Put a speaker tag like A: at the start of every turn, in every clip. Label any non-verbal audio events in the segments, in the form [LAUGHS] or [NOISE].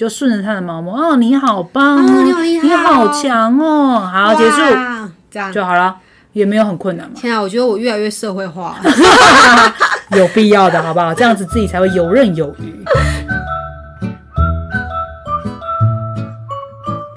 A: 就顺着它的毛毛，哦，你好棒哦，
B: 哦你好厉害哦
A: 强哦，好结束
B: 哇这样。
A: 就好了，也没有很困难嘛，
B: 天啊，我觉得我越来越社会
A: [LAUGHS]
B: 化了。
A: 有必要的好不
B: [LAUGHS]
A: 好？这样子自己才会游刃有余。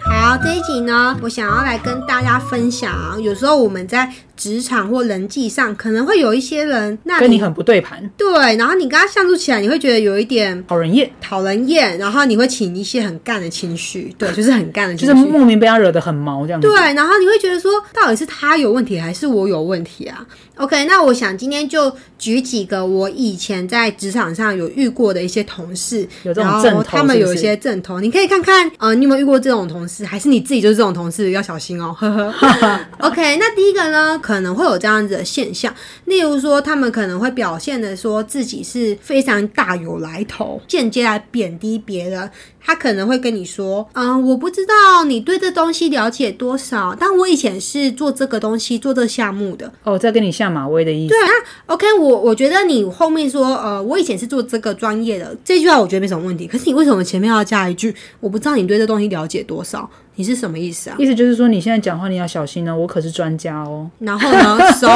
B: 好，这一集呢，我想要来跟大家分享，有时候我们在职场或人际上，可能会有一些人，那
A: 跟你很不对盘，
B: 对，然后你跟他相处起来，你会觉得有一点
A: 讨人厌，
B: 讨人厌，然后你会起一些很干的情绪，对，就是很干的
A: 就
B: 情
A: 是
B: 绪，
A: 莫名被他惹得很毛这样子。
B: 对，啊然后你会觉得说，到底是他有问题还是我有问题啊？OK，那我想今天就举几个我以前在职场上有遇过的一些同事，
A: 有这种
B: 然
A: 阵头
B: 后他们
A: 是不
B: 有一
A: 是
B: 些正头，你可以看看，呃，你有没有遇过这种同事，还是你自己就是这种同事，要小
A: [LAUGHS]
B: 心哦，呵呵。OK，那第一个呢，可能会有这样子的现象，例如说，他们可能会表现的说自己是非常大有来头，间接来贬低别人。他可能会跟你说：“嗯，我不知道你对这东西了解多少，但我以前是做这个东西、做这项目的。
A: 哦，在跟你下马威的意思。
B: 对啊，OK，我我觉得你后面说，呃，我以前是做这个专业的这句话，我觉得没什么问题。可是你为什么前面要加一句‘我不知道你对这东西了解多少’？你是什么意思啊？
A: 意思就是说，你现在讲话你要小心哦，我可是专家
B: [LAUGHS]
A: 哦。
B: 然后呢，so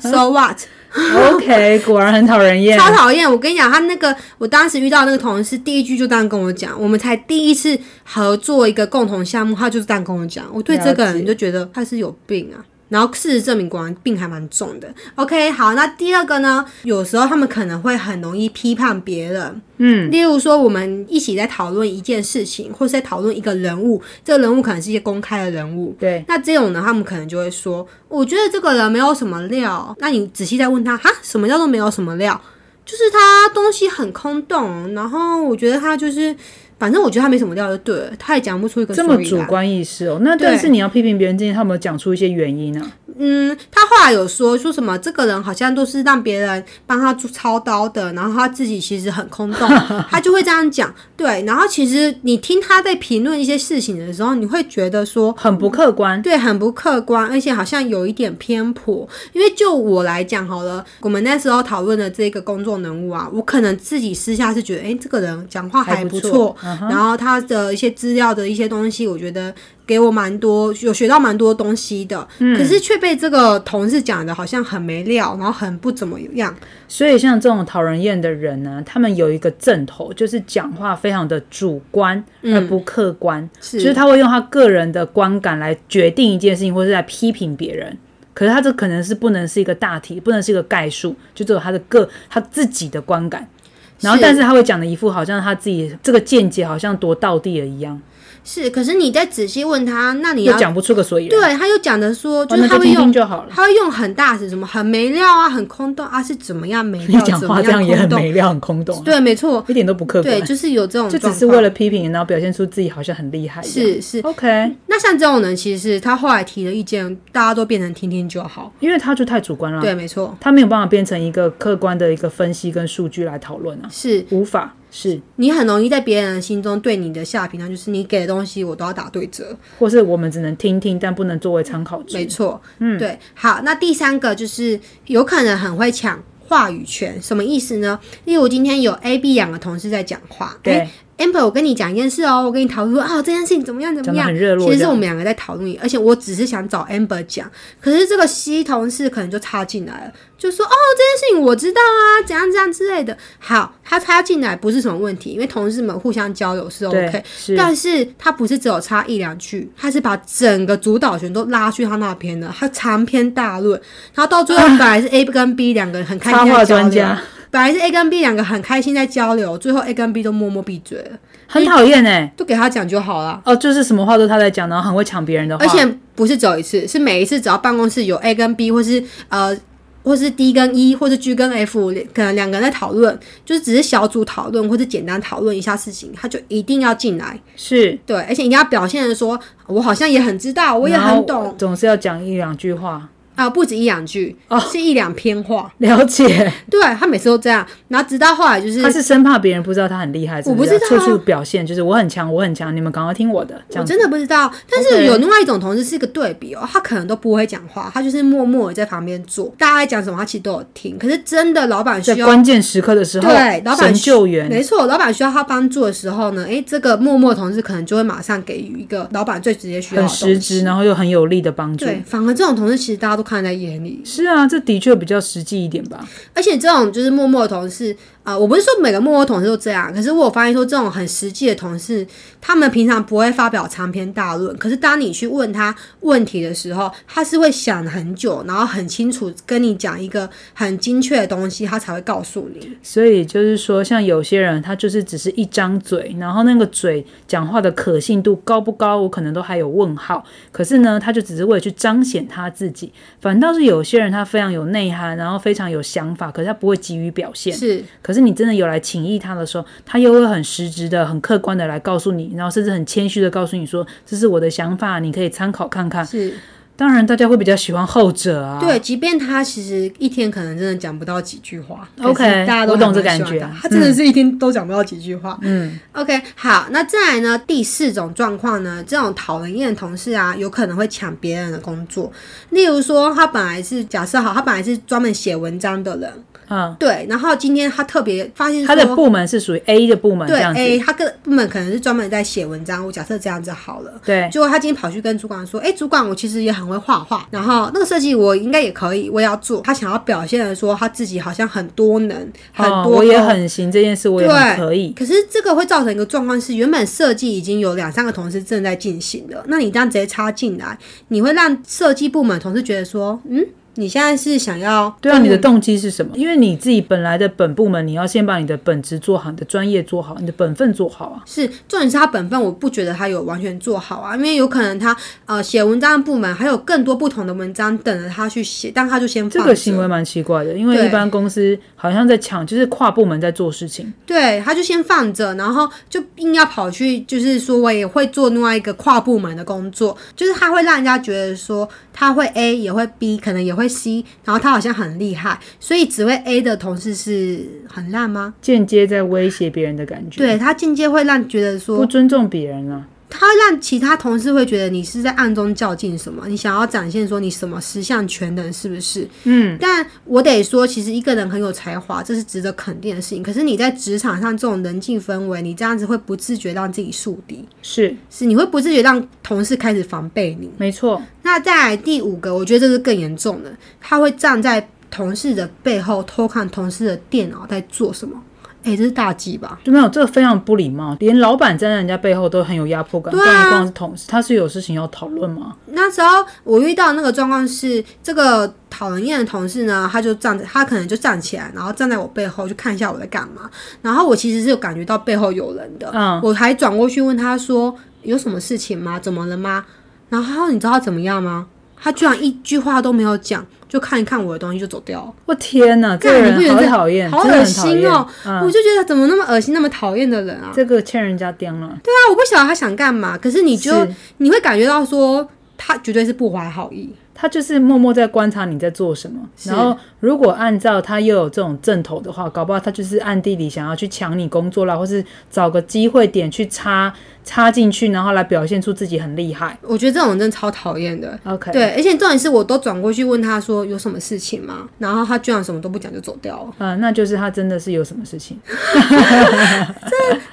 B: so what？
A: OK，果然很讨人厌。
B: 超讨厌！我跟你讲，他那个我当时遇到那个同事，第一句就这样跟我讲，我们才第一次合作一个共同项目，他就是这样跟我讲，我对这个
A: 了解
B: 人就觉得他是有病啊。然后事实证明，果然病还蛮重的。OK，好，那第二个呢？有时候他们可能会很容易批判别人，嗯，例如说我们一起在讨论一件事情，或是在讨论一个人物，这个人物可能是一些公开的人物，
A: 对，
B: 那这种呢，他们可能就会说，我觉得这个人没有什么料。那你仔细再问他，哈，什么叫做没有什么料？就是他东西很空洞，然后我觉得他就是，反正我觉得他没什么料就对了，他也讲不出一个
A: 这么
B: 所以
A: 主
B: 然。
A: 观意识哦。那但是你要批评别人之前，他有没有讲出一些原因啊呢、
B: 嗯，他后来有说说什么，这个人好像都是让别人帮他做操刀的，然后他自己其实很空
A: [LAUGHS]
B: 洞，他就会这样讲。对，然后其实你听他在评论一些事情的时候，你会觉得说，
A: 很不客观。
B: 对，很不客观，而且好像有一点偏颇。因为就我来讲好了，我们那时候讨论的这个公众人物啊，我可能自己私下是觉得，哎、这个人讲话
A: 还
B: 还
A: 不
B: 不
A: 错嗯
B: 错，嗯然后他的一些资料的一些东西，我觉得。给我蛮多，有学到蛮多东西的，可是却被这个同事讲的好像很没料，然后很不怎么样。
A: 所以像这种讨人厌的人呢，他们有一个正头，就是讲话非常的主观而不客观，
B: 嗯是
A: 就是他会用他个人的观感来决定一件事情，或是来批评别人。可是他这可能是不能是一个大体，不能是一个概述，就只有他的个他自己的观感。然后，
B: 是
A: 但是他会讲的一副好像他自己这个见解好像多道地了一样，
B: 是，可是你再仔细问他，那你
A: 又
B: 要
A: 讲不出个所以然。
B: 对，他又讲的说，就
A: 哦，那
B: 是他
A: 就
B: 会
A: 听
B: 用
A: 听就好了。
B: [LAUGHS] 他会用很大词，什么很没料啊，很空洞啊，是怎么样没
A: [LAUGHS] 你
B: 料，
A: 讲
B: 怎
A: 话
B: 么
A: 这样也很
B: 空洞。
A: 没料，很空洞啊，
B: 对，没错，
A: 一点都不客观
B: 对，，就是有这种
A: 就
B: 状况，
A: 只是为了批评，然后表现出自己好像很厉害一样。
B: 是是。
A: OK，
B: 那像这种人，其实他后来提的意见，大家都变成听听就好。
A: 因为他就太主观了，啊
B: 对，没错，
A: 他没有办法变成一个客观的一个分析跟数据来讨论啊，
B: 是
A: 无法是，
B: 你很容易在别人心中对你的下评价，就是你给的东西我都要打对折。
A: 或是我们只能听听，但不能作为参考
B: 没
A: 值。
B: 错，嗯，对。好，那第三个就是有可能很会抢话语权，什么意思呢？例如今天有 A、B 两个同事在讲话，
A: 对
B: 诶 Amber，我跟你讲一件事哦，我跟你讨论啊、这件事情怎么样怎
A: 讲
B: 么
A: 得
B: 样，
A: 很热络
B: 其
A: 这
B: 实是
A: 样
B: 我们两个在讨论，而且我只是想找 Amber 讲，可是这个 C 同事可能就插进来了，就说哦这件事情我知道啊，怎样怎样之类的。好，他插进来不是什么问题，因为同事们互相交流是 OK，
A: 对，是
B: 但是他不是只有插一两句，他是把整个主导权都拉去他那边的，他长篇大论，然后到最后本来是 A 跟 B 两个人很开
A: 插
B: 心
A: 画
B: 在交
A: 专
B: 流
A: 家，
B: 本来是 A 跟 B 两个很开心在交流，最后 A 跟 B 都默默闭嘴了，
A: 很讨厌哎，
B: 就给他讲就好了。
A: 哦，就是什么话都他在讲，然后很会抢别人的话，
B: 而且不是只有一次，是每一次只要办公室有 A 跟 B 或是呃。或是 D 跟 E，或是 G 跟 F，可能两个人在讨论，就是只是小组讨论或者简单讨论一下事情，他就一定要进来，
A: 是
B: 对，而且你要表现的说，我好像也很知道，我也
A: 然后
B: 很懂，
A: 总是要讲一两句话， [LAUGHS]
B: 啊、不止一两句，
A: 哦
B: 是一两篇话。
A: 了解，
B: 对他每次都这样，然后直到后来就是
A: 他是生怕别人不知道他很厉害，是
B: 我不
A: 是
B: 知道啊
A: 处处表现就是我很强，我很强，你们赶快听我的这
B: 我
A: 样子。
B: 真的不知道，但是
A: OK
B: 有另外一种同事是一个对比哦，他可能都不会讲话，他就是默默的在旁边做，大家在讲什么他其实都有听。可是真的老板
A: 在
B: 需要
A: 关键时刻的时候，
B: 对老板
A: 神
B: 需
A: 救援，
B: 没错，老板需要他帮助的时候呢，诶，这个默默的同事可能就会马上给予一个老板最直接需要的
A: 很实
B: 东西。
A: 质，然后又很有力的帮助。
B: 对，反而这种同事其实大家都看在眼里，
A: 是啊，这的确比较实际一点吧。
B: 而且这种就是默默的同事啊、呃我不是说每个默默同事都这样，可是我有发现说这种很实际的同事，他们平常不会发表长篇大论，可是当你去问他问题的时候，他是会想很久，然后很清楚跟你讲一个很精确的东西，他才会告诉你。
A: 所以就是说，像有些人他就是只是一张嘴，然后那个嘴讲话的可信度高不高，我可能都还有问号。可是呢，他就只是为了去彰显他自己。反倒是有些人他非常有内涵，然后非常有想法，可是他不会急于表现。
B: 是，
A: 可是你真的有来请益他的时候，他又会很实质的、很客观的来告诉你，然后甚至很谦虚的告诉你说：“这是我的想法，你可以参考看看。
B: 是”
A: 当然，大家会比较喜欢后者啊。
B: 对，即便他其实一天可能真的讲不到几句话
A: OK，
B: 可是大家都
A: 我懂这
B: 还蛮喜
A: 感觉嗯
B: 欢他他真的是一天都讲不到几句话。嗯，OK，好，那再来呢？第四种状况呢，这种讨人厌的同事啊，有可能会抢别人的工作。例如说，他本来是假设好，他本来是专门写文章的人，
A: 嗯，
B: 对，然后今天他特别发现
A: 他的
B: 说
A: 部门是属于 A 的部门这
B: 对
A: 样子。
B: A，他个部门可能是专门在写文章。我假设这样子好了。
A: 对，
B: 结果他今天跑去跟主管说：“哎、主管，我其实也很会画画，然后那个设计我应该也可以，我也要做。”他想要表现的说他自己好像很多能，很
A: 哦
B: 多、
A: 我也。很行这件事，我也很可以。
B: 可是这个会造成一个状况是，原本设计已经有两三个同事正在进行了，那你这样直接插进来，你会让设计部门同事觉得说：“嗯，你现在是想要
A: 对啊，你的动机是什么？因为你自己本来的本部门，你要先把你的本职做好，你的专业做好，你的本分做好啊。
B: 是，重点是他本分，我不觉得他有完全做好啊，因为有可能他呃写文章的部门还有更多不同的文章等着他去写，但他就先
A: 这
B: 放
A: 个
B: 着
A: 行为蛮奇怪的，因为
B: 对
A: 一般公司好像在抢，就是跨部门在做事情。
B: 对，他就先放着，然后就硬要跑去，就是说我也会做另外一个跨部门的工作，就是他会让人家觉得说他会 A 也会 B，可能也会 C，然后他好像很厉害，所以只会 A 的同事是很烂吗？
A: 间接在威胁别人的感觉，
B: 对他间接会让觉得说
A: 不尊重别人啊。
B: 他会让其他同事会觉得你是在暗中较劲什么，你想要展现说你什么十项全能是不是？嗯，但我得说，其实一个人很有才华，这是值得肯定的事情。可是你在职场上这种人际氛围，你这样子会不自觉让自己树敌，
A: 是，
B: 是你会不自觉让同事开始防备你。
A: 没错，
B: 那再来第五个，我觉得这是更严重的，他会站在同事的背后偷看同事的电脑在做什么。诶、这是大忌吧？
A: 就没有这个非常不礼貌，连老板站在人家背后都很有压迫感，
B: 对啊
A: 更何况是同事，他是有事情要讨论吗？
B: 那时候我遇到那个状况是，这个讨人厌的同事呢，他就站着，他可能就站起来，然后站在我背后就看一下我在干嘛。然后我其实是有感觉到背后有人的，
A: 嗯
B: 我还转过去问他说：“有什么事情吗？怎么了吗？”然后他说：“你知道他怎么样吗？”他居然一句话都没有讲，就看一看我的东西就走掉了。
A: 我天哪，这个
B: 干你不觉
A: 人好
B: 得这
A: 讨厌，
B: 好
A: 真的
B: 恶
A: 很讨
B: 心
A: 厌
B: 哦！
A: 嗯
B: 我就觉得怎么那么恶心，那么讨厌的人啊！
A: 这个欠人家刁了。
B: 对啊，我不晓得他想干嘛，可是你就是你会感觉到说他绝对是不怀好意。
A: 他就是默默在观察你在做什么，
B: 是
A: 然后如果按照他又有这种正头的话，搞不好他就是暗地里想要去抢你工作啦，或是找个机会点去插插进去，然后来表现出自己很厉害。
B: 我觉得这种人真的超讨厌的。
A: OK，
B: 对，而且重点是我都转过去问他说有什么事情吗？然后他居然什么都不讲就走掉了，
A: 呃，那就是他真的是有什么事情，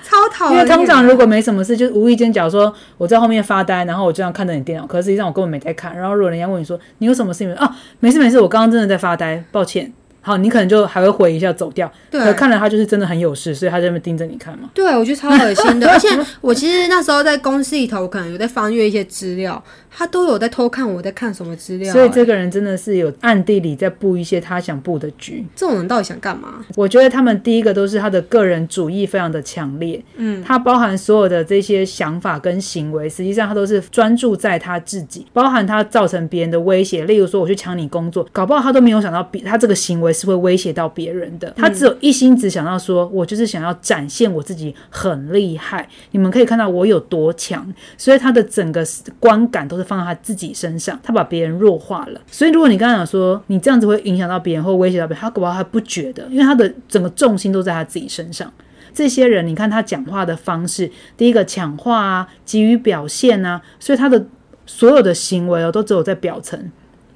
B: 超
A: 因
B: 讨
A: 为
B: 厌。
A: 通常如果没什么事，就是无意间假如说我在后面发呆，然后我就这样看着你电脑，可是实际上我根本没在看。然后如果人家问你说你有什么事情没有啊，没事没事，我刚刚真的在发呆，抱歉。好，你可能就还会回一下走掉。
B: 对
A: 可看来他就是真的很有事，所以他在那边盯着你看嘛。
B: 对我觉得超恶
A: [LAUGHS]
B: 心的。而且我其实那时候在公司里头，我可能有在翻阅一些资料，他都有在偷看我在看什么资料、
A: 所以
B: 欸
A: 这个人真的是有暗地里在布一些他想布的局。
B: 这种人到底想干嘛？
A: 我觉得他们第一个都是他的个人主义非常的强烈，嗯，他包含所有的这些想法跟行为，实际上他都是专注在他自己，包含他造成别人的威胁，例如说我去抢你工作，搞不好他都没有想到比他这个行为为是会威胁到别人的。他只有一心只想到说，我就是想要展现我自己很厉害，你们可以看到我有多强，所以他的整个观感都是放在他自己身上，他把别人弱化了。所以如果你刚刚讲说你这样子会影响到别人或威胁到别人，他搞不好还不觉得，因为他的整个重心都在他自己身上。这些人，你看他讲话的方式，第一个抢话啊，急于表现啊，所以他的所有的行为哦，都只有在表层，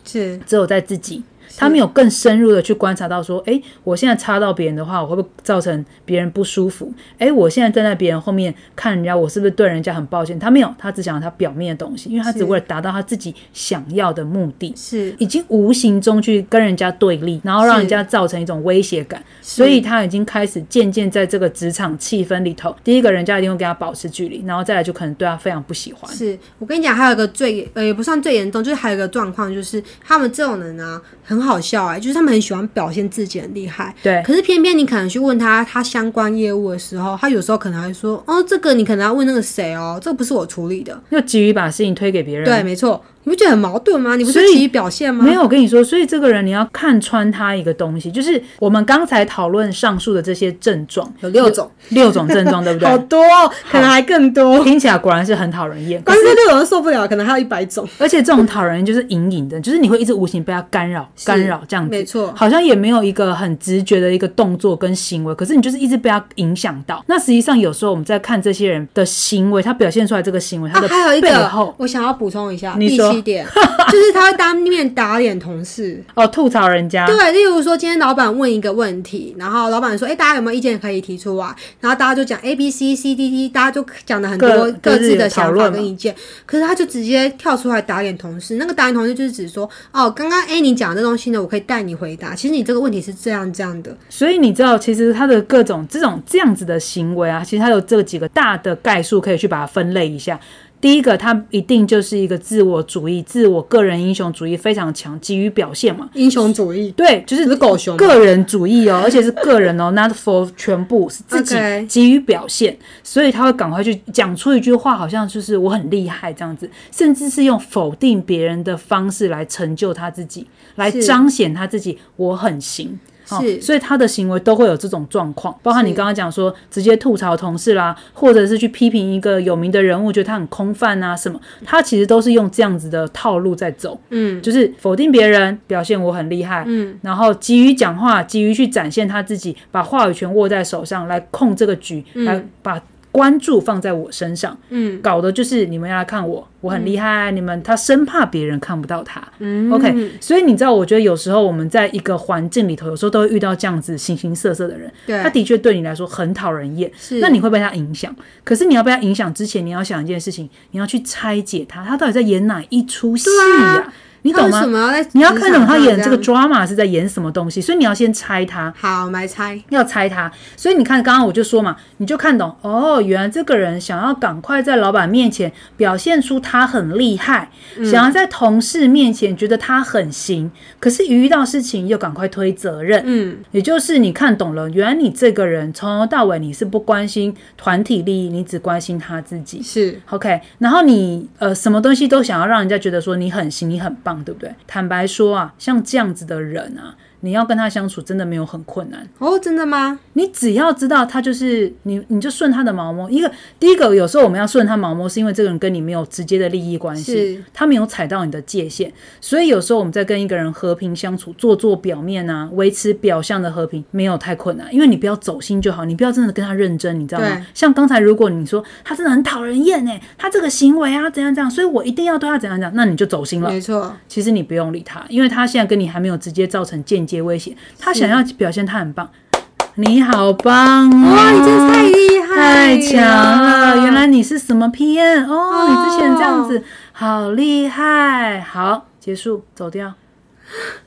B: 是
A: 只有在自己，他没有更深入的去观察到说，诶，我现在插到别人的话，我会不会造成别人不舒服？诶，我现在站在别人后面看人家，我是不是对人家很抱歉？他没有，他只想他表面的东西，因为他只为了达到他自己想要的目的。
B: 是
A: 已经无形中去跟人家对立，然后让人家造成一种威胁感，所以他已经开始渐渐在这个职场气氛里头，第一个人家一定会跟他保持距离，然后再来就可能对他非常不喜欢。
B: 是我跟你讲，还有一个最呃也不算最严重，就是还有一个状况，就是他们这种人啊，很好笑哎、就是他们很喜欢表现自己很厉害，
A: 对
B: 可是偏偏你可能去问他他相关业务的时候，他有时候可能还说哦，这个你可能要问那个谁哦，这个不是我处理的，
A: 又急于把事情推给别人，
B: 对，没错，你不觉得很矛盾吗？你不是
A: 所以
B: 急于表现吗？
A: 没有，我跟你说，所以这个人你要看穿他一个东西，就是我们刚才讨论上述的这些症
B: [LAUGHS]
A: 状，
B: 有六种，
A: 六种症状，对不
B: 好
A: 对？
B: 多、哦，可能还更多，
A: 听起来果然是很讨人厌，
B: 光是这六种都受不了，可能还有一百种，
A: 而且这种讨人厌就是隐隐的，就是你会一直无形被他干扰、干扰这样子，
B: 没错
A: 好像也没有一个很直觉的一个动作跟行为，可是你就是一直被他影响到。那实际上有时候我们在看这些人的行为，他表现出来这个行为，他
B: 啊，
A: 的
B: 还有一
A: 背
B: 个
A: 后，
B: 我想要补充一下，
A: 你
B: 第
A: 说
B: 七点就是他会当面打脸同事。
A: 哦吐槽人家，
B: 对，例如说今天老板问一个问题，然后老板说：“哎、大家有没有意见可以提出啊？”然后大家就讲 A、B、C、C、D、D，大家就讲了很多
A: 各
B: 各自的
A: 各自讨
B: 想
A: 论
B: 法
A: 嘛
B: 跟意见。可是他就直接跳出来打脸同事，那个打脸同事就是指说：“哦，刚刚 A 你讲的东西呢，我可以带你回答。其实你这个问题是这样这样的。
A: 所以你知道，其实他的各种这种这样子的行为啊，其实他有这几个大的概述可以去把它分类一下。第一个，他一定就是一个自我主义、自我个人英雄主义非常强，急于表现嘛。
B: 英雄主义
A: 对，就是啊
B: 是狗熊吗
A: 个人主义哦，而且是个人哦 [LAUGHS] ，not for 全部，是自己
B: OK
A: 急于表现，所以他会赶快去讲出一句话，好像就是我很厉害这样子，甚至是用否定别人的方式来成就他自己，来
B: 是
A: 彰显他自己我很行。哦
B: 是
A: 所以他的行为都会有这种状况，包含你
B: 是
A: 刚刚讲说直接吐槽同事啦，或者是去批评一个有名的人物，觉得他很空泛啊什么，他其实都是用这样子的套路在走。
B: 嗯，
A: 就是否定别人，表现我很厉害，嗯，然后急于讲话，急于去展现他自己，把话语权握在手上来控这个局，来把关注放在我身上，
B: 嗯，
A: 搞的就是你们要来看我，我很厉害，你们他生怕别人看不到他，嗯，OK，所以你知道，我觉得有时候我们在一个环境里头，有时候都会遇到这样子形形色色的人，
B: 对
A: 他的确对你来说很讨人厌，
B: 是
A: 那你会被他影响。可是你要被他影响之前，你要想一件事情，你要去拆解他，他到底在演哪一出戏呀、
B: 对啊
A: 你
B: 他
A: 懂
B: 为什
A: 吗？
B: 么要在
A: 你要
B: 职
A: 看
B: 场
A: 懂他
B: 上
A: 演这个
B: 样啊
A: drama 是在演什么东西，所以你要先拆他。
B: 好，我们来猜。
A: 要猜他，所以你看，刚刚我就说嘛，你就看懂哦，原来这个人想要赶快在老板面前表现出他很厉害，想要在同事面前觉得他很行，可是一遇到事情又赶快推责任，
B: 嗯，
A: 也就是你看懂了，原来你这个人从头到尾你是不关心团体利益，你只关心他自己。
B: 是
A: OK，然后你呃什么东西都想要让人家觉得说你很行，你很棒，对不对？坦白说啊，像这样子的人啊，你要跟他相处真的没有很困难。
B: 哦，真的吗？
A: 你只要知道他就是你，你就顺他的毛毛。一个第一个，有时候我们要顺他毛毛，是因为这个人跟你没有直接的利益关系
B: 是，
A: 他没有踩到你的界限，所以有时候我们在跟一个人和平相处，做做表面啊，维持表象的和平，没有太困难，因为你不要走心就好，你不要真的跟他认真，你知道
B: 对
A: 吗？像刚才如果你说他真的很讨人厌哎、他这个行为啊怎样怎样，所以我一定要对他怎样怎样，那你就走心了。
B: 没错，
A: 其实你不用理他，因为他现在跟你还没有直接造成间接威胁，他想要表现他很棒，你好棒、哦！
B: 哇，你真是太厉害，
A: 太强了！原。来你是什么 PM 哦？
B: 哦
A: 你之前这样子，好厉害！好，结束，走掉。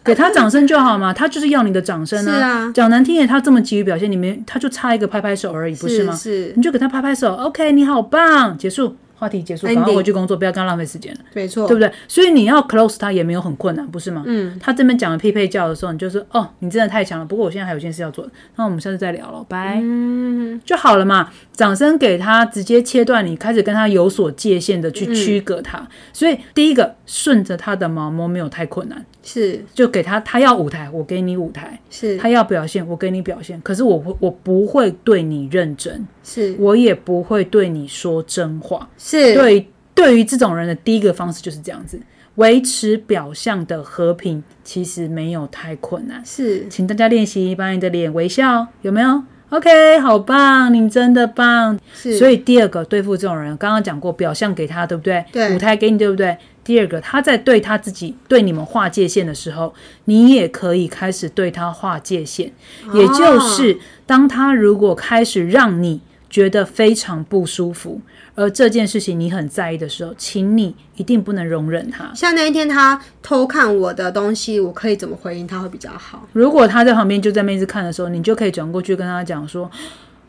A: 给他掌声就好嘛，他就是要你的掌声
B: 是
A: 啊
B: 啊！
A: 讲难听点，他这么急于表现，你没他就差一个拍拍手而已，不是吗？
B: 是
A: 你就给他拍拍手，OK，你好棒！结束，话题结束，赶快
B: Ending
A: 回去工作，不要跟他浪费时间了。
B: 没错，
A: 对不对？所以你要 close 他也没有很困难，不是吗？嗯，他这边讲了匹配教的时候，你就说哦，你真的太强了。不过我现在还有件事要做，那我们下次再聊了，拜、
B: 嗯，
A: 就好了嘛。掌声给他，直接切断你，开始跟他有
B: 嗯
A: 所界限的去区隔他。所以第一个顺着他的毛毛没有太困难，
B: 是
A: 就给他他要舞台，我给你舞台；
B: 是
A: 他要表现，我给你表现。可是我不我不会对你认真，
B: 是
A: 我也不会对你说真话。
B: 是，
A: 对，对于这种人的第一个方式就是这样子，维持表象的和平，其实没有太困难。
B: 是
A: 请大家练习把你的脸微笑，有没有？OK，好棒，你真的棒。
B: 是，
A: 所
B: 以
A: 以第二个对付这种人，刚刚讲过，表象给他，对不对？
B: 对
A: 舞台给你，对不对？第二个，他在对他自己、对你们划界限的时候，你也可以开始对他划界限。
B: 啊
A: 也就是，当他如果开始让你觉得非常不舒服，而这件事情你很在意的时候，请你一定不能容忍他。
B: 像那一天他偷看我的东西，我可以怎么回应他会比较好？
A: 如果他在旁边就在那一直看的时候，你就可以转过去跟他讲说：“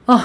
A: 哦，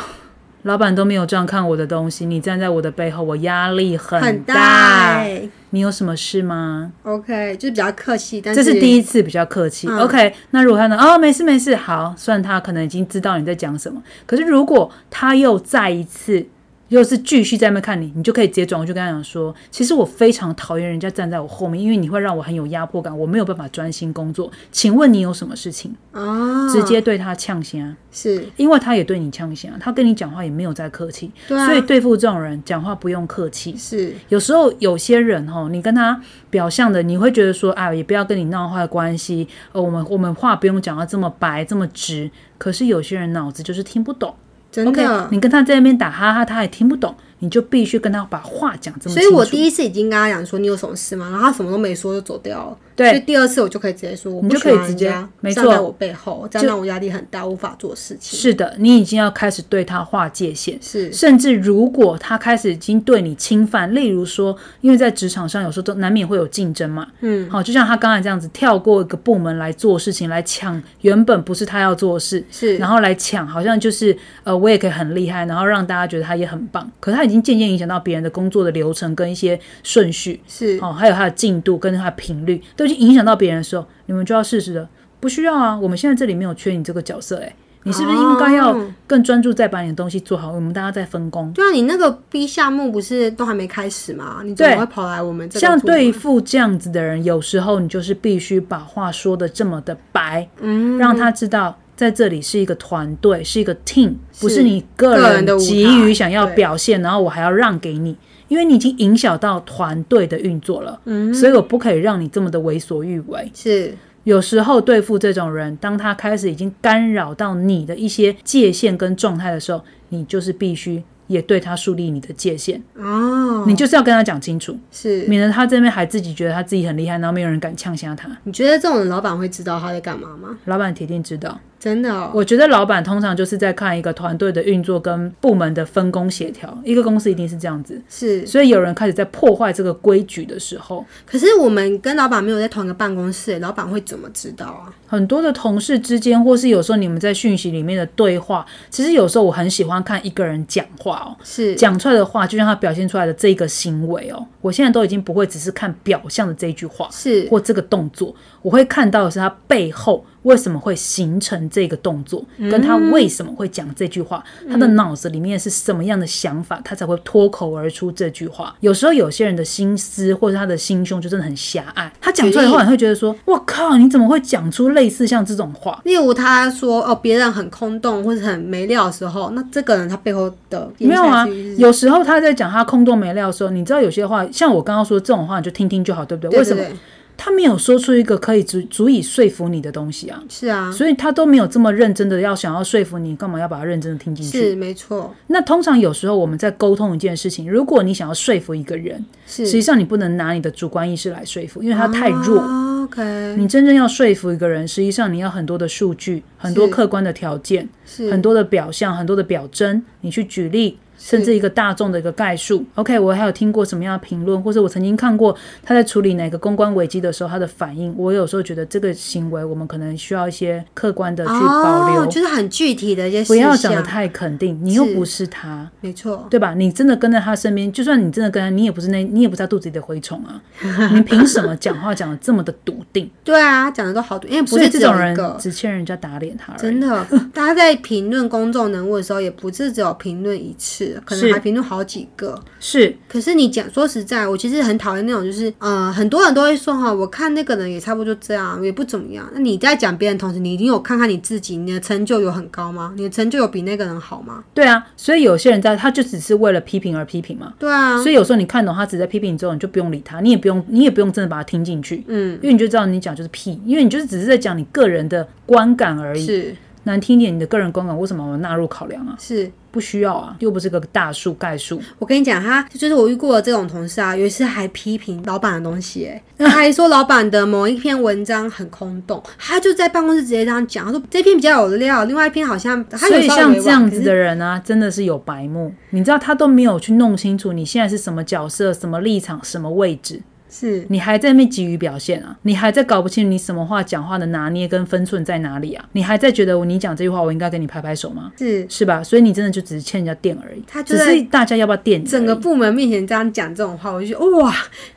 A: 老板都没有这样看我的东西，你站在我的背后，我压力很大。
B: 很大欸
A: 你有什么事吗？”
B: ，OK，就是比较客气，但
A: 这
B: 是
A: 是第一次比较客气。
B: 嗯
A: OK，那如果他呢？哦，没事没事，好，算他可能已经知道你在讲什么。可是如果他又再一次。又是继续在那边看你，你就可以直接转过去跟他讲说，其实我非常讨厌人家站在我后面，因为你会让我很有压迫感，我没有办法专心工作。请问你有什么事情？
B: 哦，
A: 直接对他呛先啊，
B: 是，
A: 因为他也对你呛先啊，他跟你讲话也没有在客气，
B: 对啊，
A: 所以对付这种人讲话不用客气。
B: 是
A: 有时候有些人哦，你跟他表象的，你会觉得说，啊，也不要跟你闹坏关系，呃，我们我们话不用讲到这么白这么直。可是有些人脑子就是听不懂
B: 真
A: ，OK，
B: 的。
A: 你跟他在那边打哈哈，他也听不懂，你就必须跟他把话讲这么
B: 所
A: 清
B: 以
A: 楚。
B: 我第一次已经跟他讲说你有什么事吗？然后他什么都没说就走掉了。
A: 对
B: 所以第二次我就可以直接说，我
A: 你
B: 不
A: 就
B: 喜
A: 可以
B: 欢
A: 直接
B: 人家
A: 没
B: 站在
A: 错
B: 我背后，这样
A: 就
B: 让我压力很大，无法做事情。
A: 是的，你已经要开始对他划界限，
B: 是
A: 甚至如果他开始已经对你侵犯，例如说，因为在职场上有时候都难免会有竞争嘛，
B: 嗯，
A: 好、就像他刚才这样子跳过一个部门来做事情，来抢原本不是他要做的事，
B: 是
A: 然后来抢，好像就是呃，我也可以很厉害，然后让大家觉得他也很棒，可他已经渐渐影响到别人的工作的流程跟一些顺序，
B: 是
A: 哦，还有它的进度跟它的频率都已经影响到别人的时候，你们就要适时的，不需要啊，我们现在这里没有缺你这个角色、欸，你是不是应该要
B: 哦
A: 更专注在把你的东西做好？我们大家再分工。
B: 对啊，你那个 B 项目不是都还没开始吗？你怎么
A: 对
B: 会跑来我们这个
A: 像
B: 部门
A: 对付这样子的人，有时候你就是必须把话说的这么的白，
B: 嗯
A: 让他知道在这里是一个团队，是一个 team，不是你个
B: 个人的
A: 人
B: 舞台
A: 急于想要
B: 对
A: 表现，然后我还要让给你，因为你已经影响到团队的运作了，
B: 嗯
A: 所以我不可以让你这么的为所欲为。
B: 是
A: 有时候对付这种人，当他开始已经干扰到你的一些界限跟状态的时候，你就是必须也对他树立你的界限，
B: 哦，
A: 你就是要跟他讲清楚，
B: 是
A: 免得他这边还自己觉得他自己很厉害，然后没有人敢呛下他。
B: 你觉得这种老板会知道他在干嘛吗？
A: 老板铁定知道，
B: 真的哦，
A: 我觉得老板通常就是在看一个团队的运作跟部门的分工协调，一个公司一定是这样子。
B: 是。
A: 所以有人开始在破坏这个规矩的时候，
B: 可是我们跟老板没有在同一个办公室，老板会怎么知道啊？
A: 很多的同事之间，或是有时候你们在讯息里面的对话，其实有时候我很喜欢看一个人讲话哦，
B: 是
A: 讲出来的话，就像他表现出来的这个行为哦，我现在都已经不会只是看表象的这一句话
B: 是
A: 或这个动作，我会看到的是他背后为什么会形成这个动作，跟他为什么会讲这句话，
B: 嗯
A: 他的脑子里面是什么样的想法，他才会脱口而出这句话。有时候有些人的心思或者他的心胸就真的很狭隘，他讲出来的话，你会觉得说，我靠，你怎么会讲出类似像这种话？
B: 例如他说哦，别人很空洞或者很没料的时候，那这个人他背后的言
A: 没有
B: 下
A: 啊
B: 之意，是
A: 有时候他在讲他空洞没料的时候，你知道有些话，像我刚刚说这种话，你就听听就好，对不对？
B: 对
A: 为什
B: 对
A: 么
B: 对，
A: 他没有说出一个可以足足以说服你的东西啊？
B: 是啊，
A: 所以他都没有这么认真的要想要说服你，干嘛要把它认真的听进去？
B: 是没错，
A: 那通常有时候我们在沟通一件事情，如果你想要说服一个人，
B: 是
A: 实际上你不能拿你的主观意识来说服，因为他太弱。
B: 啊 OK，
A: 你真正要说服一个人，实际上你要很多的数据、很多
B: 是
A: 客观的条件、
B: 是
A: 很多的表象、很多的表征，你去举例，甚至一个大众的一个概述。OK，我还有听过什么样的评论，或者我曾经看过他在处理哪个公关危机的时候他的反应。我有时候觉得这个行为，我们可能需要一些客观的去保留，
B: 哦，就是很具体的一些事
A: 不
B: 项，
A: 要讲的太肯定，你又
B: 是
A: 不是他。
B: 没错，
A: 对吧？你真的跟在他身边，就算你真的跟他，你也不是那，你也不是他肚子里的蛔虫啊！你凭什么讲话讲的这么的笃定？
B: 对啊，讲的都好多，因为 [LAUGHS] 不
A: 所以
B: 是
A: 这
B: 只有
A: 种
B: 一
A: 人
B: 个，
A: 只欠人家打脸他而已。 [LAUGHS]
B: 真的，大家在评论公众人物的时候，也不是只有评论一次，次了，可
A: 是
B: 能还评论好几个。
A: 是
B: 可是你讲说实在，我其实很讨厌那种，就是呃，很多人都会说哈，我看那个人也差不多就这样，也不怎么样。那你在讲别人的同时，你一定有看看你自己，你的成就有很高吗？你的成就有比那个人好吗？
A: 对啊，所以有些人在他就只是为了批评而批评嘛。
B: 对啊，
A: 所以有时候你看懂他只在批评你之后，你就不用理他，你也不用，你也不用真的把他听进去，
B: 嗯，
A: 因为你就知道你讲就是屁，因为你就是只是在讲你个人的观感而已。
B: 是
A: 难听一点，你的个人观感为什么要纳入考量啊？
B: 是。
A: 不需要啊，又不是个大树概述。
B: 我跟你讲，他就是我遇过的这种同事啊，有一次还批评老板的东西、欸，他还说老板的某一篇文章很空洞，他就在办公室直接这样讲，他说这篇比较有料，另外一篇好像啊他
A: 所
B: 有
A: 以
B: 稍微
A: 像
B: 委婉
A: 这样子
B: 可是
A: 的人啊，真的是有白目。你知道他都没有去弄清楚你现在是什么角色、什么立场、什么位置，
B: 是
A: 你还在那边急于表现啊？你还在搞不清楚你什么话讲话的拿捏跟分寸在哪里啊？你还在觉得你讲这句话我应该给你拍拍手吗？
B: 是
A: 是吧？所以你真的就只是欠人家电而已。
B: 他就
A: 只
B: 在
A: 是大家要不要电你而已
B: 整个部门面前这样讲这种话，我就觉得哇，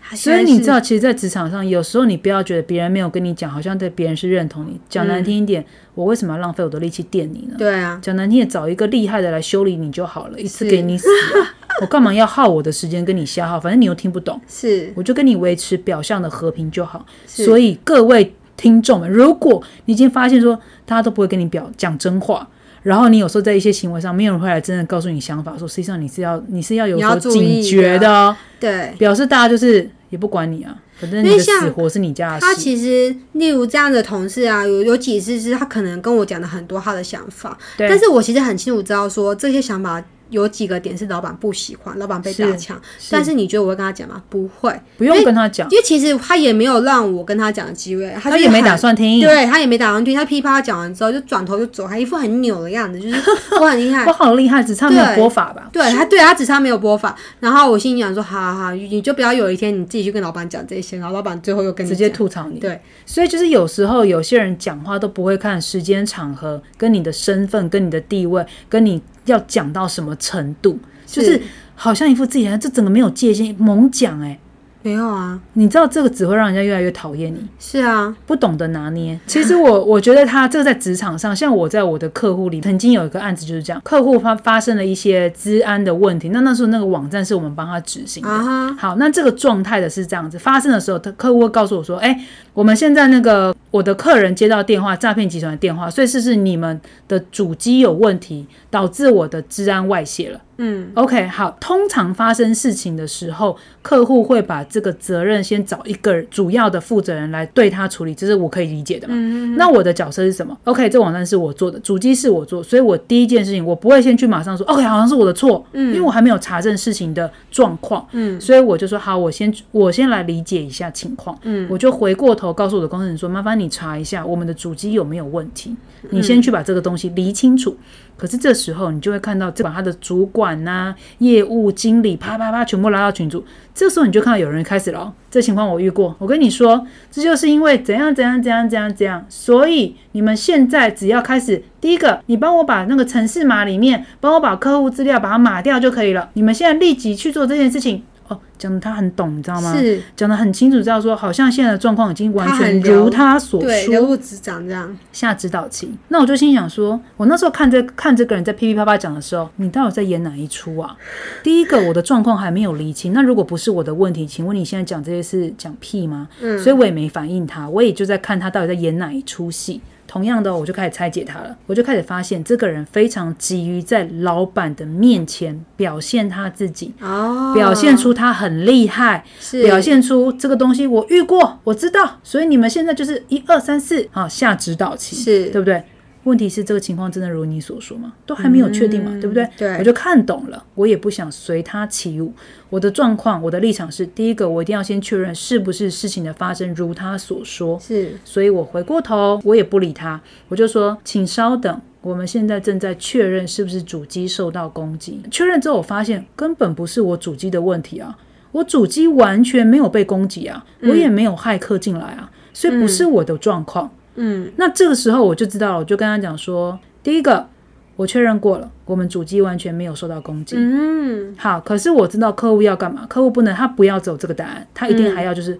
B: 他现
A: 所
B: 在
A: 以你
B: 是
A: 知道，其实，在职场上，有时候你不要觉得别人没有跟你讲，好像对别人是认同你。讲
B: 嗯
A: 难听一点，我为什么要浪费我的力气电你呢？
B: 对啊，
A: 讲难听点，找一个厉害的来修理你就好了，一次
B: 是
A: 给你死啊、 [LAUGHS] 我干嘛要耗我的时间跟你瞎耗？反正你又听不懂，
B: 是
A: 我就跟你维持表象的和平就好。
B: 是
A: 所以各位听众们，如果你已经发现说大家都不会跟你表讲真话，然后你有时候在一些行为上，没有人会来真的告诉你想法，说实际上你是要你是要有
B: 你
A: 所
B: 要注
A: 警
B: 意
A: 觉
B: 的
A: 的哦，
B: 哎对。
A: 表示大家就是也不管你啊，反正
B: 因
A: 你
B: 为
A: 的死
B: 像
A: 活是你家
B: 他
A: 的事。
B: 其实，例如这样的同事啊，有有几次是他可能跟我讲了很多他的想法，
A: 对
B: 但是我其实很清楚知道说这些想法有几个点是老板不喜欢，老板被打
A: 是
B: 枪。但是你觉得我会跟他讲吗？不会，
A: 不用跟他讲，
B: 因为其实他也没有让我跟他讲的机会，他
A: 他
B: 就是
A: 也没
B: 很
A: 打。算听。
B: 对他也没打算听，他噼啪讲完之后就转头就走，还一副很扭的样子，就是 [LAUGHS] 我很厉害
A: 我，好厉害，只差没有
B: 对
A: 播法吧？
B: 对他，对他只差没有播放。然后我心里想说，好好好，你就不要有一天你自己去跟老板讲这些，然后老板最后又跟你
A: 直接
B: 讲
A: 吐槽你。
B: 对，
A: 所以就是有时候有些人讲话都不会看时间、场合、跟你的身份、跟你的地位、跟你要讲到什么程度，就是
B: 是
A: 好像一副自己这整个没有界限，猛讲哎、
B: 没有啊，
A: 你知道这个只会让人家越来越讨厌你。
B: 是啊，
A: 不懂得拿捏。其实我我觉得他这个在职场上，像我在我的客户里，曾经有一个案子就是这样，客户发发生了一些治安的问题，那那时候那个网站是我们帮他执行的。
B: 啊哈，
A: 好，那这个状态的是这样子，发生的时候，他客户会告诉我说：“哎、我们现在那个我的客人接到电话，诈骗集团的电话，所以是不是你们的主机有问题，导致我的治安外泄了。”
B: 嗯，
A: OK，好，通常发生事情的时候，客户会把这个责任先找一个主要的负责人来对他处理，这是我可以理解的嘛？
B: 嗯
A: 那我的角色是什么？OK，这网站是我做的，主机是我做，所以我第一件事情我不会先去马上说 OK，好像是我的错，因为我还没有查证事情的状况，
B: 嗯，
A: 所以我就说好，我先我先来理解一下情况，嗯，我就回过头告诉我的工程师说，麻烦你查一下我们的主机有没有问题，你先去把这个东西理清楚。可是这时候你就会看到，这把他的主管呐、业务经理啪啪啪全部拉到群组，这时候你就看到有人开始了哦，这情况我遇过，我跟你说，这就是因为怎样怎样怎样怎样怎样，所以你们现在只要开始，第一个，你帮我把那个城市码里面，帮我把客户资料把它码掉就可以了。你们现在立即去做这件事情。哦，讲的他很懂，你知道吗？
B: 是
A: 讲的很清楚，知道说好像现在的状况已经完
B: 他
A: 全
B: 很了
A: 如他所
B: 对，
A: 说，
B: 人物只长这样，
A: 下指导期。那我就心想说，我那时候看这看这个人在噼噼啪啪讲的时候，你到底在演哪一出啊？第一个，我的状况还没有厘清，那如果不是我的问题，请问你现在讲这些是讲屁吗？
B: 嗯
A: 所以我也没反应他，我也就在看他到底在演哪一出戏。同样的哦、我就开始拆解他了，我就开始发现这个人非常急于在老板的面前表现他自己，
B: 哦，
A: 表现出他很厉害，
B: 是
A: 表现出这个东西我遇过，我知道，所以你们现在就是一二三四啊下指导期，
B: 是
A: 对不对？问题是这个情况真的如你所说吗？都还没有确定嘛，
B: 嗯
A: 对不对？
B: 对
A: 我就看懂了，我也不想随他起舞。我的状况，我的立场是：第一个，我一定要先确认是不是事情的发生如他所说，
B: 是
A: 所以我回过头，我也不理他，我就说：“请稍等，我们现在正在确认是不是主机受到攻击。”确认之后，我发现根本不是我主机的问题啊，我主机完全没有被攻击啊，
B: 嗯
A: 我也没有骇客进来啊，所以不是我的状况。
B: 嗯
A: 那这个时候我就知道了，我就跟他讲说：“第一个，我确认过了，我们主机完全没有受到攻击。
B: 嗯
A: 好，可是我知道客户要干嘛，客户不能，他不要走这个答案，他一定还要就是，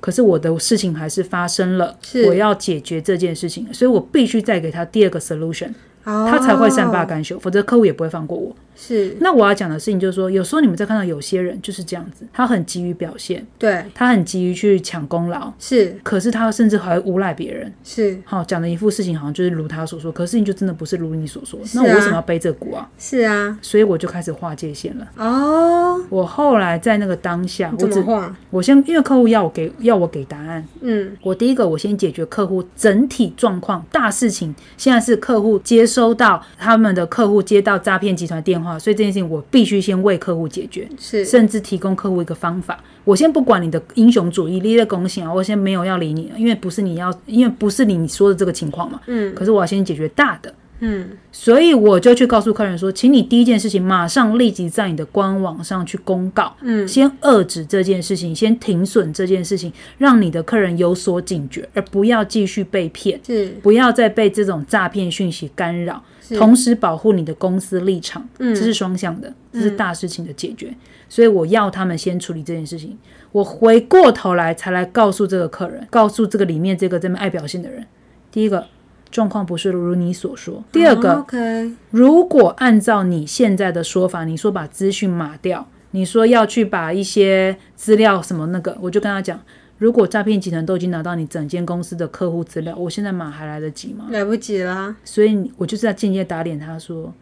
A: 可是我的事情还是发生了，
B: 嗯是
A: 我要解决这件事情，所以我必须再给他第二个 solution。他才会善罢
B: 哦
A: 甘休，否则客户也不会放过我。
B: 是
A: 那我要讲的事情就是说，有时候你们在看到有些人就是这样子，他很急于表现，
B: 对，
A: 他很急于去抢功劳，
B: 是
A: 可是他甚至还会诬赖别人。
B: 是
A: 好，讲的一副事情好像就是如他所说，可是你就真的不是如你所说，
B: 是
A: 那
B: 啊
A: 我为什么要背这股啊？
B: 是啊，
A: 所以我就开始划界限了。
B: 哦，
A: 我后来在那个当下，我
B: 怎么
A: 只
B: 画？
A: 我先因为客户要我给要我给答案，
B: 嗯，
A: 我第一个我先解决客户整体状况，大事情现在是客户接收到他们的客户接到诈骗集团电话，所以这件事情我必须先为客户解决。
B: 是
A: 甚至提供客户一个方法。我先不管你的英雄主义，你的贡献啊，我先没有要理你，因为不是你要，因为不是你说的这个情况嘛。
B: 嗯
A: 可是我要先解决大的，
B: 嗯，
A: 所以我就去告诉客人说，请你第一件事情马上立即在你的官网上去公告，
B: 嗯
A: 先遏止这件事情，先停损这件事情，让你的客人有所警觉，而不要继续被骗。
B: 是
A: 不要再被这种诈骗讯息干扰，
B: 是
A: 同时保护你的公司立场，
B: 嗯
A: 这是双向的，这是大事情的解决。所以我要他们先处理这件事情，我回过头来才来告诉这个客人，告诉这个里面这个这么爱表现的人，第一个状况不是如你所说，第二个、
B: 哦，OK，
A: 如果按照你现在的说法，你说把资讯码掉，你说要去把一些资料什么那个，我就跟他讲，如果诈骗集团都已经拿到你整间公司的客户资料，我现在码还来得及吗？
B: 来不及啦，
A: 所以我就是在间接打脸他说，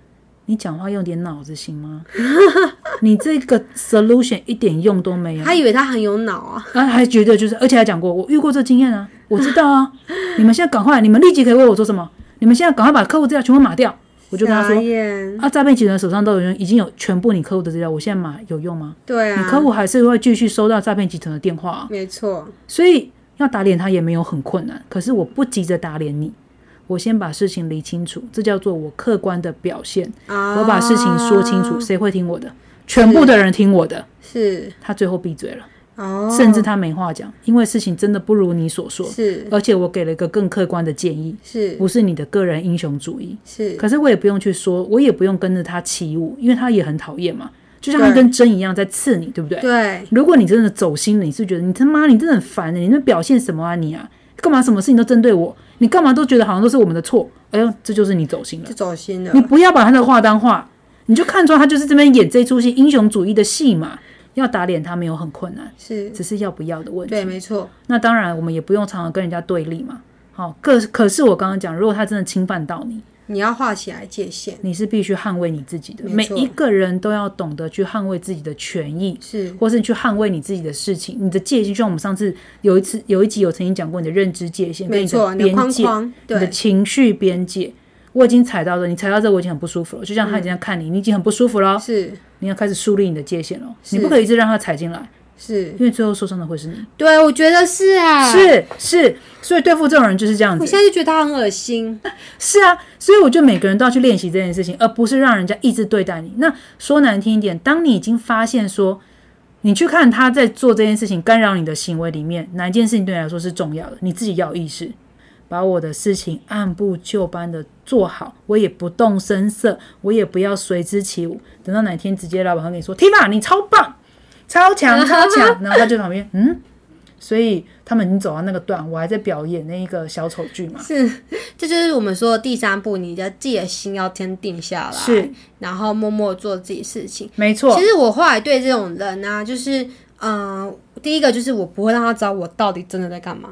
A: 你讲话用点脑子行吗？ [LAUGHS] 你这个 solution 一点用都没有。
B: 他以为他很有脑啊，
A: 啊，还觉得就是，而且还讲过，我遇过这经验啊，我知道啊。 [LAUGHS] 你们现在赶快，你们立即可以为我做什么？你们现在赶快把客户资料全部码掉。我就跟他说
B: 傻，眼
A: 啊，诈骗集团手上都有人已经有全部你客户的资料，我现在买有用吗？
B: 对
A: 你
B: 啊，
A: 客户还是会继续收到诈骗集团的电话、啊，
B: 没错，
A: 所以要打脸他也没有很困难。可是我不急着打脸你，我先把事情理清楚，这叫做我客观的表现。
B: 啊，
A: 我把事情说清楚，谁会听我的？全部的人听我的。
B: 是
A: 他最后闭嘴了，
B: 哦，
A: 甚至他没话讲，因为事情真的不如你所说，
B: 是
A: 而且我给了一个更客观的建议，
B: 是
A: 不是你的个人英雄主义。
B: 是
A: 可是我也不用去说，我也不用跟着他起舞，因为他也很讨厌嘛，就像他
B: 对
A: 跟针一样在刺你，对不对？
B: 对，
A: 如果你真的走心了，你是觉得你他妈你真的很烦的、你那表现什么啊你啊？干嘛什么事情都针对我？你干嘛都觉得好像都是我们的错？哎呦，这就是你走心了
B: 就。走心了
A: 你，不要把他的话当话，你就看出他就是这边演这出戏英雄主义的戏嘛。要打脸他没有很困难，
B: 是，
A: 只是要不要的问题。
B: 对，没错，
A: 那当然，我们也不用常常跟人家对立嘛。好，可可是我刚刚讲，如果他真的侵犯到你，
B: 你要画起来界限，
A: 你是必须捍卫你自己的。每
B: 没错
A: 一个人都要懂得去捍卫自己的权益，
B: 是
A: 或是去捍卫你自己的事情，你的界限。就像我们上次有一次有一集有曾经讲过，你的认知界限跟
B: 没
A: 你
B: 错，
A: 的
B: 你的
A: 边
B: 框
A: 界、
B: 框，
A: 你的
B: 对，
A: 情绪边界。我已经踩到了，你踩到这我已经很不舒服了。就像他已经
B: 嗯
A: 在看你，你已经很不舒服了，
B: 是
A: 你要开始树立你的界限了。
B: 是
A: 你不可以一直让他踩进来，
B: 是，
A: 因为最后受伤的会是你。
B: 对，我觉得是啊，，
A: 是是，所以对付这种人就是这样
B: 我
A: 子。
B: 现在就觉得他很恶心， [LAUGHS]
A: 是啊，所以我觉得每个人都要去练习这件事情，而不是让人家一直对待你。那说难听一点，当你已经发现说，你去看他在做这件事情干扰你的行为里面，哪一件事情对你来说是重要的，你自己要有意识，把我的事情按部就班的做好，我也不动声色，我也不要随之起舞。等到哪天直接老板会跟你说，Tiva 你超棒，超强超强，然后他就在旁边嗯。所以他们已经走到那个段，我还在表演那一个小丑剧嘛。
B: 是，这就是我们说的第三步，你的自己的心要先定下来，
A: 是，
B: 然后默默做自己事情。
A: 没错，
B: 其实我后来对这种人啊，就是，嗯、第一个就是我不会让他知道我到底真的在干嘛，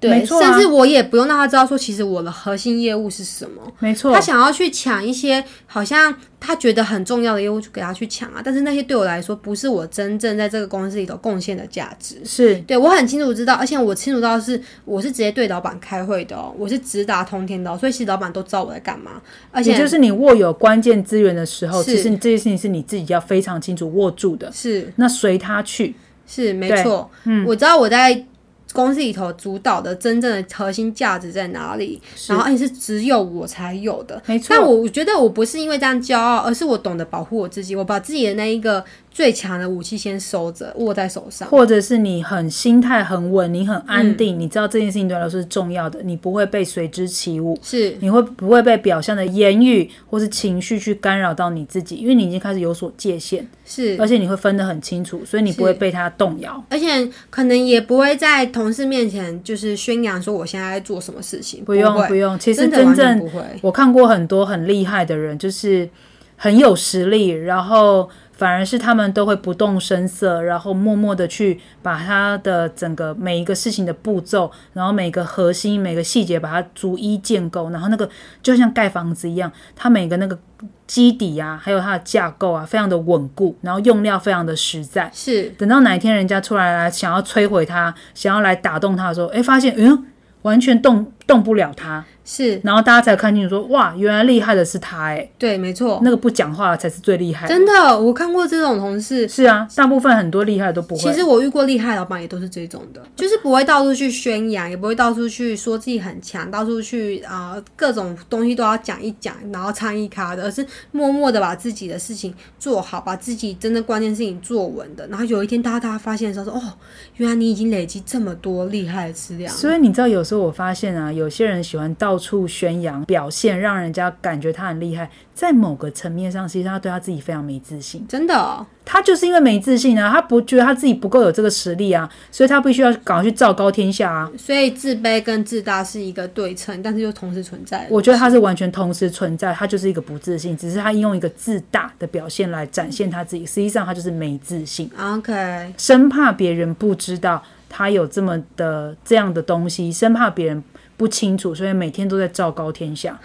A: 没
B: 对，
A: 错啊
B: 甚至我也不用让他知道说，其实我的核心业务是什么。
A: 没错
B: 他，想要去抢一些好像他觉得很重要的业务，就给他去抢啊。但是那些对我来说，不是我真正在这个公司里头贡献的价值。
A: 是
B: 对我很清楚知道，而且我清楚到是我是直接对老板开会的哦，我是直达通天的哦、所以其实老板都知道我在干嘛，而且
A: 也就是你握有关键资源的时候，
B: 是
A: 其实你这件事情是你自己要非常清楚握住的。
B: 是
A: 那随他去，
B: 是没错，嗯，我知道我在公司里头主导的真正的核心价值在哪里，然后而且是只有我才有的，
A: 没
B: 但
A: 错，
B: 我觉得我不是因为这样骄傲，而是我懂得保护我自己，我把自己的那一个最强的武器先收着，握在手上。
A: 或者是你很心态很稳，你很安
B: 嗯
A: 定，你知道这件事情对你来说是重要的，你不会被随之起舞，
B: 是，
A: 你会不会被表象的言语或是情绪去干扰到你自己？因为你已经开始有所界限，
B: 是，
A: 而且你会分得很清楚，所以你不会被它动摇。
B: 而且可能也不会在同事面前就是宣扬说我现在在做什么事情，
A: 不用
B: 会
A: 不用，其实
B: 真的
A: 真
B: 完
A: 正
B: 全不会，
A: 我看过很多很厉害的人，就是很有实力，然后反而是他们都会不动声色，然后默默的去把他的整个每一个事情的步骤，然后每个核心、每个细节把它逐一建构，然后那个就像盖房子一样，它每个那个基底啊，还有它的架构啊，非常的稳固，然后用料非常的实在。
B: 是
A: 等到哪一天人家出来来想要摧毁它，想要来打动它的时候，哎，发现嗯，完全动动不了它。
B: 是，
A: 然后大家才看清楚说，哇，原来厉害的是他哎、
B: 对，没错，
A: 那个不讲话的才是最厉害的。
B: 真的，我看过这种同事。
A: 是啊，大部分很多厉害的都不会。
B: 其实我遇过厉害的老板也都是这种的，就是不会到处去宣扬，也不会到处去说自己很强，到处去啊、呃各种东西都要讲一讲，然后唱一咖的，而是默默的把自己的事情做好，把自己真的关键事情做稳的。然后有一天大家大家发现的时候说，哦，原来你已经累积这么多厉害的资料了，
A: 所以你知道，有时候我发现啊，有些人喜欢到处宣扬、表现，让人家感觉他很厉害。在某个层面上，其实他对他自己非常没自信。
B: 真的哦、
A: 他就是因为没自信啊，他不觉得他自己不够有这个实力啊，所以他必须要赶快去昭高天下啊。
B: 所以自卑跟自大是一个对称，但是又同时存在的。
A: 我觉得他是完全同时存在，他就是一个不自信，只是他用一个自大的表现来展现他自己，实际上他就是没自信。
B: OK，
A: 生怕别人不知道他有这么的这样的东西，生怕别人不清楚，所以每天都在昭告天下。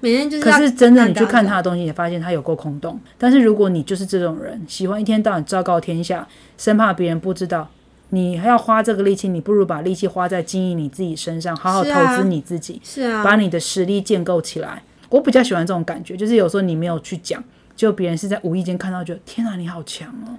B: 每天就是啊
A: 可
B: 要
A: 是真的，
B: 让
A: 你
B: 大
A: 去
B: 家
A: 看他的东西，你发现他有够空洞。但是如果你就是这种人，喜欢一天到晚昭告天下，生怕别人不知道。你还要花这个力气，你不如把力气花在经营你自己身上，好好
B: 是
A: 投
B: 啊
A: 资你自己。
B: 是啊，
A: 把你的实力建构起来。我比较喜欢这种感觉，就是有时候你没有去讲，就别人是在无意间看到，觉得天啊，你好强哦，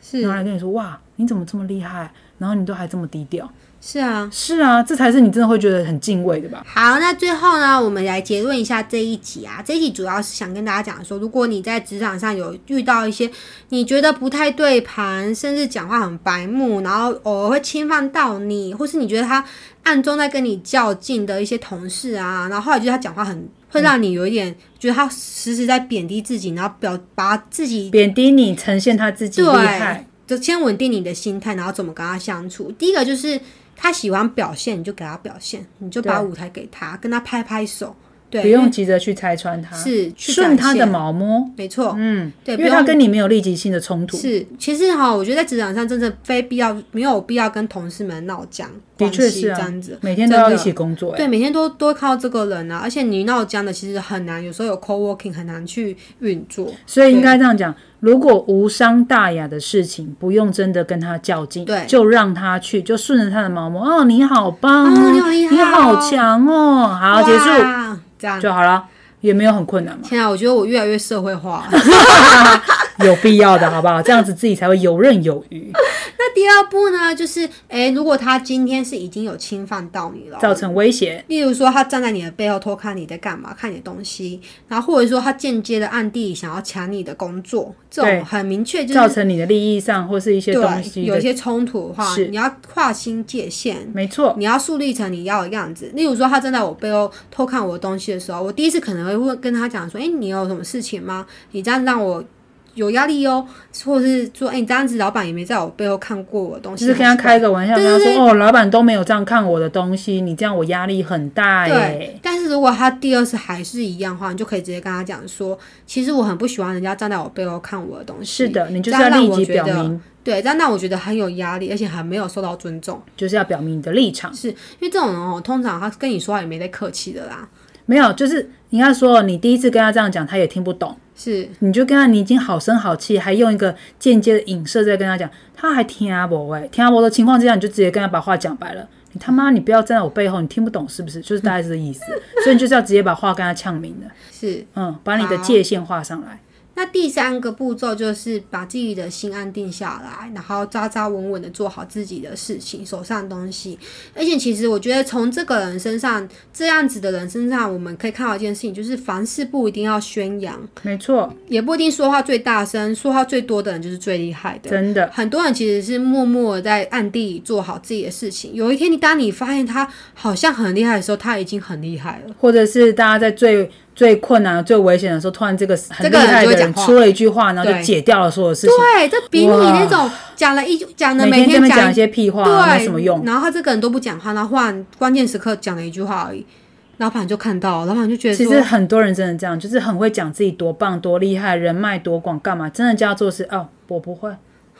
B: 是
A: 然后来跟你说哇，你怎么这么厉害？然后你都还这么低调。
B: 是啊，
A: 是啊，这才是你真的会觉得很敬畏的吧？
B: 好，那最后呢，我们来结论一下这一集啊。这一集主要是想跟大家讲说，如果你在职场上有遇到一些你觉得不太对盘，甚至讲话很白目，然后偶尔会侵犯到你，或是你觉得他暗中在跟你较劲的一些同事啊，然后后来觉得他讲话很会让你有一点觉得他时时在贬低自己，然后表把自己
A: 贬低你，呈现他自己厉
B: 对
A: 害，
B: 就先稳定你的心态，然后怎么跟他相处。第一个就是他喜欢表现，你就给他表现，你就把舞台给他，跟他拍拍手，对，
A: 不用急着去拆穿他，
B: 是去
A: 顺
B: 展
A: 他的
B: 现
A: 毛摸，
B: 没错，
A: 嗯，
B: 对，
A: 因
B: 不
A: 为他
B: 用
A: 跟你没有立即性的冲突，
B: 是，其实哈，我觉得在职场上真的非必要，没有必要跟同事们闹僵，
A: 的
B: 关
A: 确
B: 系
A: 是
B: 这
A: 啊
B: 样子，，
A: 每天都要
B: 真
A: 一
B: 的
A: 起工作、欸，
B: 对，每天都多靠这个人啊，而且你闹僵的其实很难，有时候有 co working 很难去运作，
A: 所以应该这样讲：如果无伤大雅的事情，不用真的跟他较劲，
B: 对
A: 就让他去，就顺着他的毛毛。哦，你好棒
B: 哦
A: 哦，
B: 你好厉害
A: 你好
B: 哦
A: 强哦，好，结束
B: 哇，这样。
A: 就好了，也没有很困难嘛，
B: 天啊，我觉得我越来越社会化了。
A: [LAUGHS] 有必要的好不好？这样子自己才会游刃有余，
B: 那第二步呢，就是诶，如果他今天是已经有侵犯到你了，
A: 造成威胁。
B: 例如说他站在你的背后偷看你在干嘛，看你的东西，然后或者说他间接的暗地里想要抢你的工作，这
A: 对
B: 种很明确就
A: 造
B: 是
A: 成你的利益上或是一些东
B: 对啊
A: 西
B: 有一
A: 的，
B: 些冲突的话，
A: 是
B: 你要划清界限。
A: 没错，
B: 你要树立成你要的样子。例如说，他站在我背后偷看我的东西的时候，我第一次可能会问跟他讲说：“哎、你有什么事情吗？你这样让我有压力哦。”或者是说：“哎、你这样子，老板也没在我背后看过我的东西。”
A: 就是跟他
B: 很奇怪
A: 开个玩笑，
B: 对
A: 跟
B: 对
A: 他说：“哦，老板都没有这样看我的东西，你这样我压力很大欸耶。
B: 对，但是如果他第二次还是一样的话，你就可以直接跟他讲说，其实我很不喜欢人家站在我背后看我的东”西。
A: 是，的，你就是
B: 这
A: 要
B: 样让
A: 立
B: 我
A: 即
B: 觉
A: 表
B: 得
A: 明，
B: 对，这样让我觉得很有压力，而且还没有受到尊重。
A: 就是要表明你的立场。
B: 是因为这种人哦，通常他跟你说话也没在客气的啦。
A: 没有，就是你要说你第一次跟他这样讲，他也听不懂，
B: 是，
A: 你就跟他你已经好声好气，还用一个间接的影射在跟他讲，他还听阿伯哎，听阿伯的情况之下，你就直接跟他把话讲白了。你他妈，你不要站在我背后，你听不懂是不是？就是大 [LAUGHS] 概是这个意思，所以你就是要直接把话跟他呛明的，
B: 是。
A: 嗯，把你的界限画上来。
B: 那第三个步骤就是把自己的心安定下来，然后扎扎稳稳的做好自己的事情，手上的东西。而且其实我觉得从这个人身上，这样子的人身上，我们可以看到一件事情，就是凡事不一定要宣扬，
A: 没错，
B: 也不一定说话最大声，说话最多的人就是最厉害的。
A: 真的，
B: 很多人其实是默默地在暗地里做好自己的事情。有一天，你当你发现他好像很厉害的时候，他已经很厉害了。
A: 或者是大家在最最困难、最危险的时候，突然这个很
B: 这
A: 厉
B: 个人
A: 害
B: 就
A: 的
B: 会讲
A: 人
B: 话
A: 出了一句话，然后就
B: 对
A: 解掉了所有事情。
B: 对，这比你那种讲了一讲了
A: 每
B: 每
A: 天这么
B: 讲
A: 讲一些屁话、
B: 对
A: 没什么用。
B: 然后他这个人都不讲话，然后忽然关键时刻讲了一句话而已，老板就看到了，老板就觉得
A: 其
B: 说，
A: 实很多人真的这样，就是很会讲自己多棒、多厉害，人脉多广，干嘛？真的叫他做事哦，我不会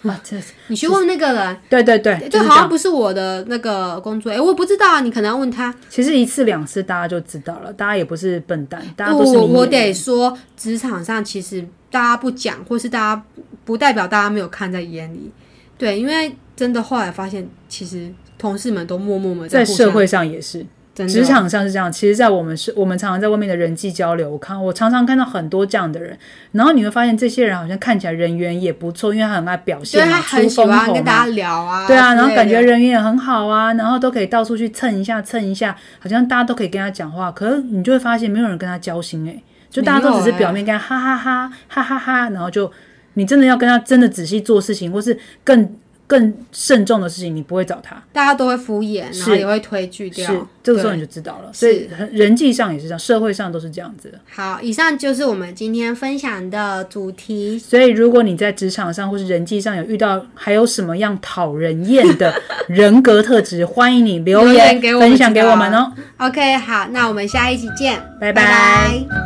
A: 啊，这是
B: 你去问那个人，哎
A: 对对对，
B: 这
A: 就是这
B: 好像
A: 样。
B: 不是我的那个工作，哎、我不知道啊，你可能要问他。
A: 其实一次两次大家就知道了，大家也不是笨蛋，大家都
B: 我
A: 是明
B: 哦我
A: 眼人
B: 得说，职场上其实大家不讲，或是大家不代表大家没有看在眼里，对，因为真的后来发现，其实同事们都默默的
A: 在
B: 互
A: 社
B: 相
A: 会上也是。
B: 真的
A: 职场上是这样，其实，在我们是，我们常常在外面的人际交流，我看我常常看到很多这样的人，然后你会发现这些人好像看起来人缘也不错，因为他很爱表
B: 对
A: 现嘛，
B: 他
A: 出
B: 很喜
A: 风
B: 欢
A: 头
B: 跟
A: 嘛
B: 大家聊啊，
A: 对啊，然后
B: 之类
A: 感觉
B: 的
A: 人缘也很好啊，然后都可以到处去蹭一下蹭一下，好像大家都可以跟他讲话，可是你就会发现没有人跟他交心哎、就大家都只
B: 欸
A: 是表面跟他哈哈哈哈哈哈，然后就你真的要跟他真的仔细做事情，或是更更慎重的事情，你不会找他。
B: 大家都会敷衍，然后
A: 是
B: 也会推拒掉
A: 是。，这个时候
B: 对
A: 你就知道了。所以很人际上也是这样，社会上都是这样子的。
B: 好，以上就是我们今天分享的主题。
A: 所以如果你在职场上或是人际上有遇到还有什么样讨人厌的人格特质，欢迎你留
B: 留
A: 言
B: 言给我们
A: 分享
B: 知
A: 给
B: 道
A: 我们哦。
B: OK，好，那我们下一集见，
A: 拜拜
B: 拜